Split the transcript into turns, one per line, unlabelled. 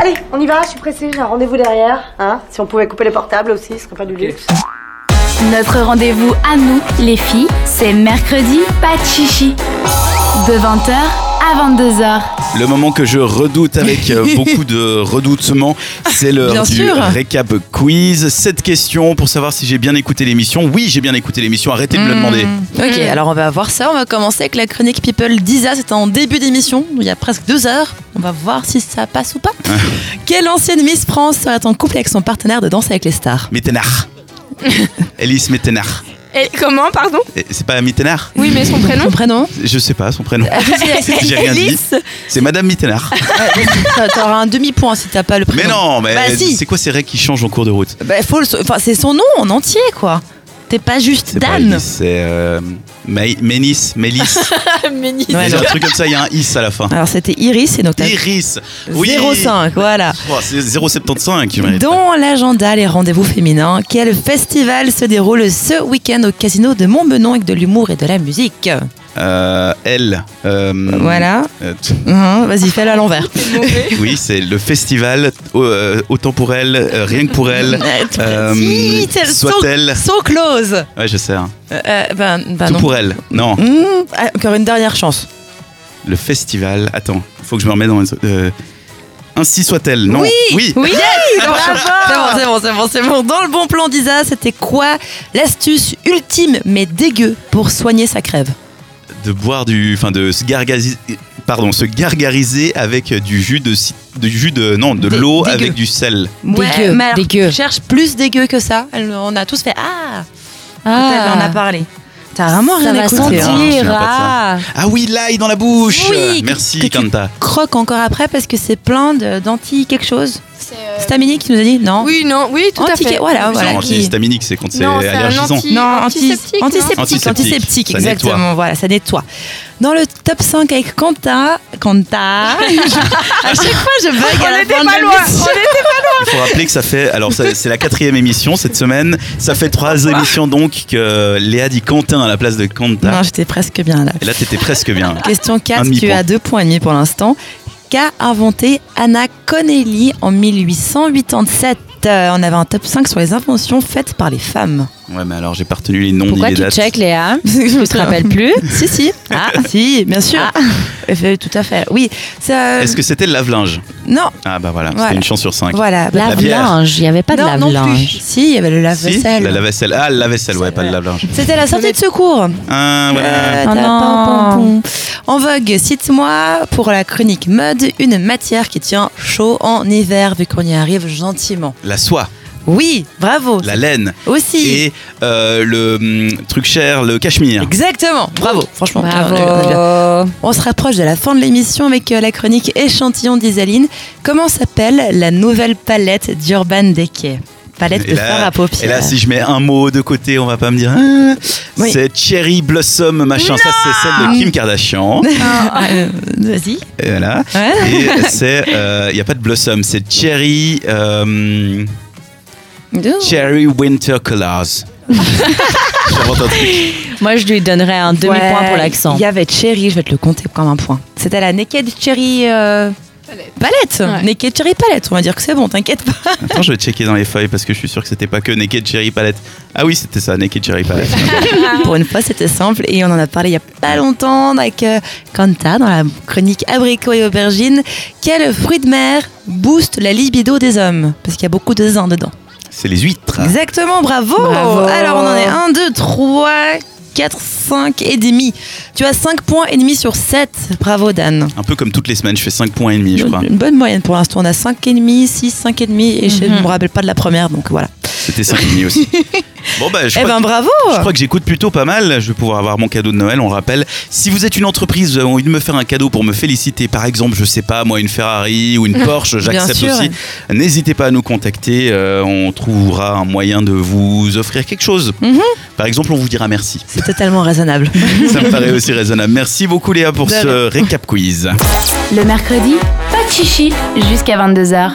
Allez, on y va, je suis pressée, j'ai un rendez-vous derrière. Hein si on pouvait couper les portables aussi, ce serait pas du luxe.
Notre rendez-vous à nous, les filles, c'est mercredi, pas de chichi. De 20h à 22h.
Le moment que je redoute avec euh, beaucoup de redoutement, c'est l'heure
Bien
du
sûr.
récap quiz. Cette question pour savoir si j'ai bien écouté l'émission. Oui, j'ai bien écouté l'émission, arrêtez
Hmm.
de me le demander.
Ok, alors on va voir ça. On va commencer avec la chronique People d'Isa. C'était en début d'émission, il y a presque deux heures. On va voir si ça passe ou pas. Quelle ancienne Miss France serait en couple avec son partenaire de danse avec les stars
Méténard. Elise Méténard.
Et comment, pardon
Eh, C'est pas Mittenard
Oui, mais son prénom
Son prénom
Je sais pas son
Ah,
prénom. J'ai rien dit.
hein Alice
C'est Madame Mittenard.
T'as- T'auras un demi-point si t'as pas le prénom.
Mais non, mais
Bah si.
c'est quoi ces règles qui changent en cours de route
Bah, faut le- enfin, c'est son nom en entier, quoi. T'es pas juste
C'est pas
Dan.
Elise, C'est euh, Maï- Ménis, Mélis.
Ménis.
Ouais,
C'est un
non.
truc comme ça, il y a un is à la fin.
alors c'était Iris et donc t'as
Iris. Oui.
0,5, voilà.
Oh, c'est 0,75. qui mérite.
Dans l'agenda, les rendez-vous féminins, quel festival se déroule ce week-end au casino de Montbenon avec de l'humour et de la musique
Euh, elle. euh,
Voilà.
euh, t-
Hein, Vas-y, fais-le à l'envers.
oui, c'est le festival euh, autant pour elle, euh, rien que pour elle. euh,
Si, c'est le
soit-elle.
So close
Ouais, je sais. hein.
Euh, euh, Ben, ben
Tout
non.
pour elle. Non,
Mmh, ah, encore une dernière chance.
le ffestival. Attends, faut que je me remette dans les. euh, ainsi soit-elle. Non. Oui.
Oui C'est bon, c'est bon, c'est bon, c'est bon. Dans le bon plan d'Isa, c'était quoi l'astuce ultime mais dégueu pour soigner sa crève
De boire du. Enfin, de se gargariser. Pardon, se gargariser avec du jus de. ci- Du jus de. Non, de
Dé-
l'eau
dégueu.
avec du sel.
ouais, mais alors, Cherche plus dégueu que ça. Elle- On a tous fait Ah
Ah.
On a parlé. T'as vraiment
Ça
rien
va
écouté.
sentir.
hein.
Je me souviens pas Ah oui, l'ail dans la bouche
Oui, que- que
Merci,
tu-
Kanta.
Croque encore après parce que c'est plein de- d'anti quelque chose.
C'est, euh,
Stamini qui nous a dit non.
Oui, non, oui, tout à
Anti-
fait.
voilà,
Oui,
voilà.
Non,
qui-
antihistaminique, c'est quand c'est
Non, c'est un
allergisant.
anti...
Non, anti-
antiseptique. hein.
antiseptique,
non
Antiseptique.
antiseptique,
Ça
exactement. Voilà, ça nettoie. Dans le top 5 avec Quentin, Quentin. à chaque fois, je bug à
On
la
était
fin de
pas loin.
l'émission.
on était-
Il faut rappeler que ça fait. Alors, ça- c'est la quatrième émission cette semaine. Ça fait trois émissions donc que Léa dit Quentin à la place de Kanta.
Non, j'étais presque bien là.
Et là, t'étais presque bien.
Question 4, tu
demi-point.
as deux points et demi pour l'instant. Qu'a inventé Anna Connelly en 1887 Euh, On avait un top 5 sur les inventions faites par les femmes.
Ouais, mais alors, j'ai pas retenu les noms
Pourquoi
ni les
tu
dates.
check, Léa
Je
Tu te rappelles plus Ah.
Si, si. Ah, si, bien sûr. Euh, Tout à fait. Oui. Ça-
Est-ce que c'était le lave-linge
Non,
Ah, bah voilà,
Voilà.
c'était une chance sur cinq.
voilà.
La bière.
Lave-linge, il n'y avait pas de
non, non
lave-linge.
plus. Si, il y avait le
Si,
lave-vaisselle.
la lave-vaisselle. Ah, le lave-vaisselle, ouais, pas le lave-linge.
C'était la sortie de secours.
Ah, voilà.
Euh,
Ah,
non.
pom,
En vogue, cite-moi pour la chronique mode une matière qui tient chaud en hiver, vu qu'on y arrive gentiment.
La soie,
Oui, bravo.
la laine
Aussi.
et euh, le hum, truc cher, le cachemire.
Exactement. Bravo. Franchement, on est- on est bien.
Bravo.
On se rapproche de la fin de l'émission avec euh, la chronique échantillon d'Isaline. Comment s'appelle la nouvelle palette d'Urban Decay Palette
Et
de
là-
fard à
Et
paupières.
là, si je mets un mot de côté, on va pas me dire. Ah,
Oui.
C'est Cherry Blossom, machin. Ça, c'est celle de Kim Kardashian.
Euh, Vas-y.
Et voilà.
Ouais.
Et c'est. Il n'y a pas de Blossom, c'est Cherry. euh, Cherry Winter Colors. J'invente un truc.
Moi, je lui donnerais un demi-point
Ouais,
pour l'accent.
Il y avait Cherry, je vais te le compter comme un point. C'était la Naked Cherry euh,
Palette.
Palette.
Ouais.
Naked Cherry Palette. On va dire que c'est bon, t'inquiète pas.
Attends, je vais checker dans les feuilles parce que je suis sûr que c'était pas que Naked Cherry Palette. Ah oui, c'était ça, Naked Cherry Palette.
Ah.
Pour une fois, c'était simple et on en a parlé il y a pas longtemps avec euh, Kanta dans la chronique Abricot et Aubergine. Quel fruit de mer booste la libido des hommes Parce qu'il y a beaucoup de zin dedans.
c'est les huîtres.
Exactement, bravo,
Bravo.
Alors on en est 1, 2, 3, 4, 5 et demi. Tu as 5 points et demi sur 7. Bravo Dan.
Un peu comme toutes les semaines, je fais 5 points et demi, je
Une-
crois.
Une bonne moyenne pour l'instant. On a 5,5, 6, 5,5 et je ne me rappelle pas de la première, donc voilà.
C'était 5 et demi aussi. Bon, bah, je
Eh
crois
ben
que-
bravo
Je crois que j'écoute plutôt pas mal. Je vais pouvoir avoir mon cadeau de Noël, on rappelle. Si vous êtes une entreprise, vous avez envie de me faire un cadeau pour me féliciter, par exemple, je sais pas, moi, une Ferrari ou une Porsche, j'accepte
sûr.
aussi. N'hésitez pas à nous contacter. euh, on trouvera un moyen de vous offrir quelque chose.
Mhm.
Par exemple, on vous dira merci.
C'est totalement raisonnable.
Ça me paraît aussi raisonnable. Merci beaucoup, Léa, pour
De
ce récap quiz.
Le mercredi, pas de chichi jusqu'à 22h.